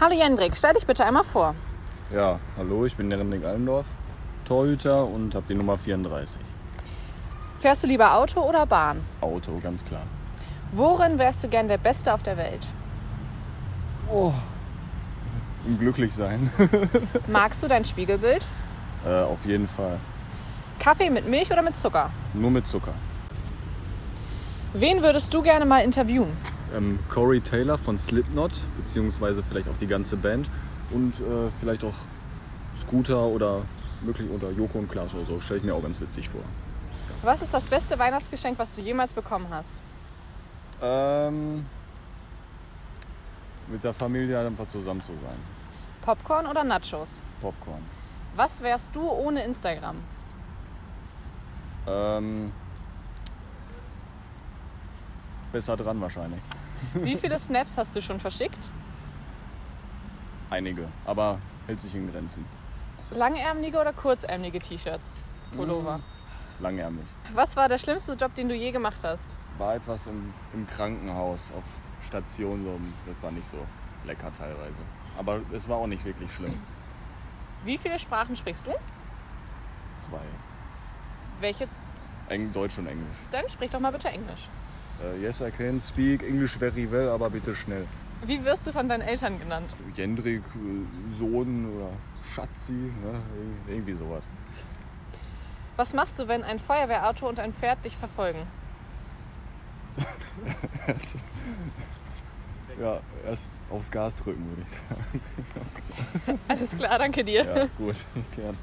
Hallo Jendrik, stell dich bitte einmal vor. Ja, hallo, ich bin der Rending Allendorf, Torhüter und habe die Nummer 34. Fährst du lieber Auto oder Bahn? Auto, ganz klar. Worin wärst du gern der Beste auf der Welt? Oh. Im Glücklichsein. Magst du dein Spiegelbild? äh, auf jeden Fall. Kaffee mit Milch oder mit Zucker? Nur mit Zucker. Wen würdest du gerne mal interviewen? Ähm, Corey Taylor von Slipknot, beziehungsweise vielleicht auch die ganze Band. Und äh, vielleicht auch Scooter oder möglich unter Joko und Klaas oder so. Stelle ich mir auch ganz witzig vor. Was ist das beste Weihnachtsgeschenk, was du jemals bekommen hast? Ähm, mit der Familie halt einfach zusammen zu sein. Popcorn oder Nachos? Popcorn. Was wärst du ohne Instagram? Ähm, besser dran wahrscheinlich. Wie viele Snaps hast du schon verschickt? Einige, aber hält sich in Grenzen. Langärmelige oder kurzärmelige T-Shirts? Pullover. Langärmlich. Was war der schlimmste Job, den du je gemacht hast? War etwas im, im Krankenhaus auf Station, so, das war nicht so lecker teilweise. Aber es war auch nicht wirklich schlimm. Wie viele Sprachen sprichst du? Zwei. Welche? Eng, Deutsch und Englisch. Dann sprich doch mal bitte Englisch. Äh, yes, I can speak English very well, aber bitte schnell. Wie wirst du von deinen Eltern genannt? Jendrik, äh, Sohn oder Schatzi, ne? Ir- irgendwie sowas. Was machst du, wenn ein Feuerwehrauto und ein Pferd dich verfolgen? ja, erst aufs Gas drücken würde ich sagen. Alles klar, danke dir. Ja, gut, gerne.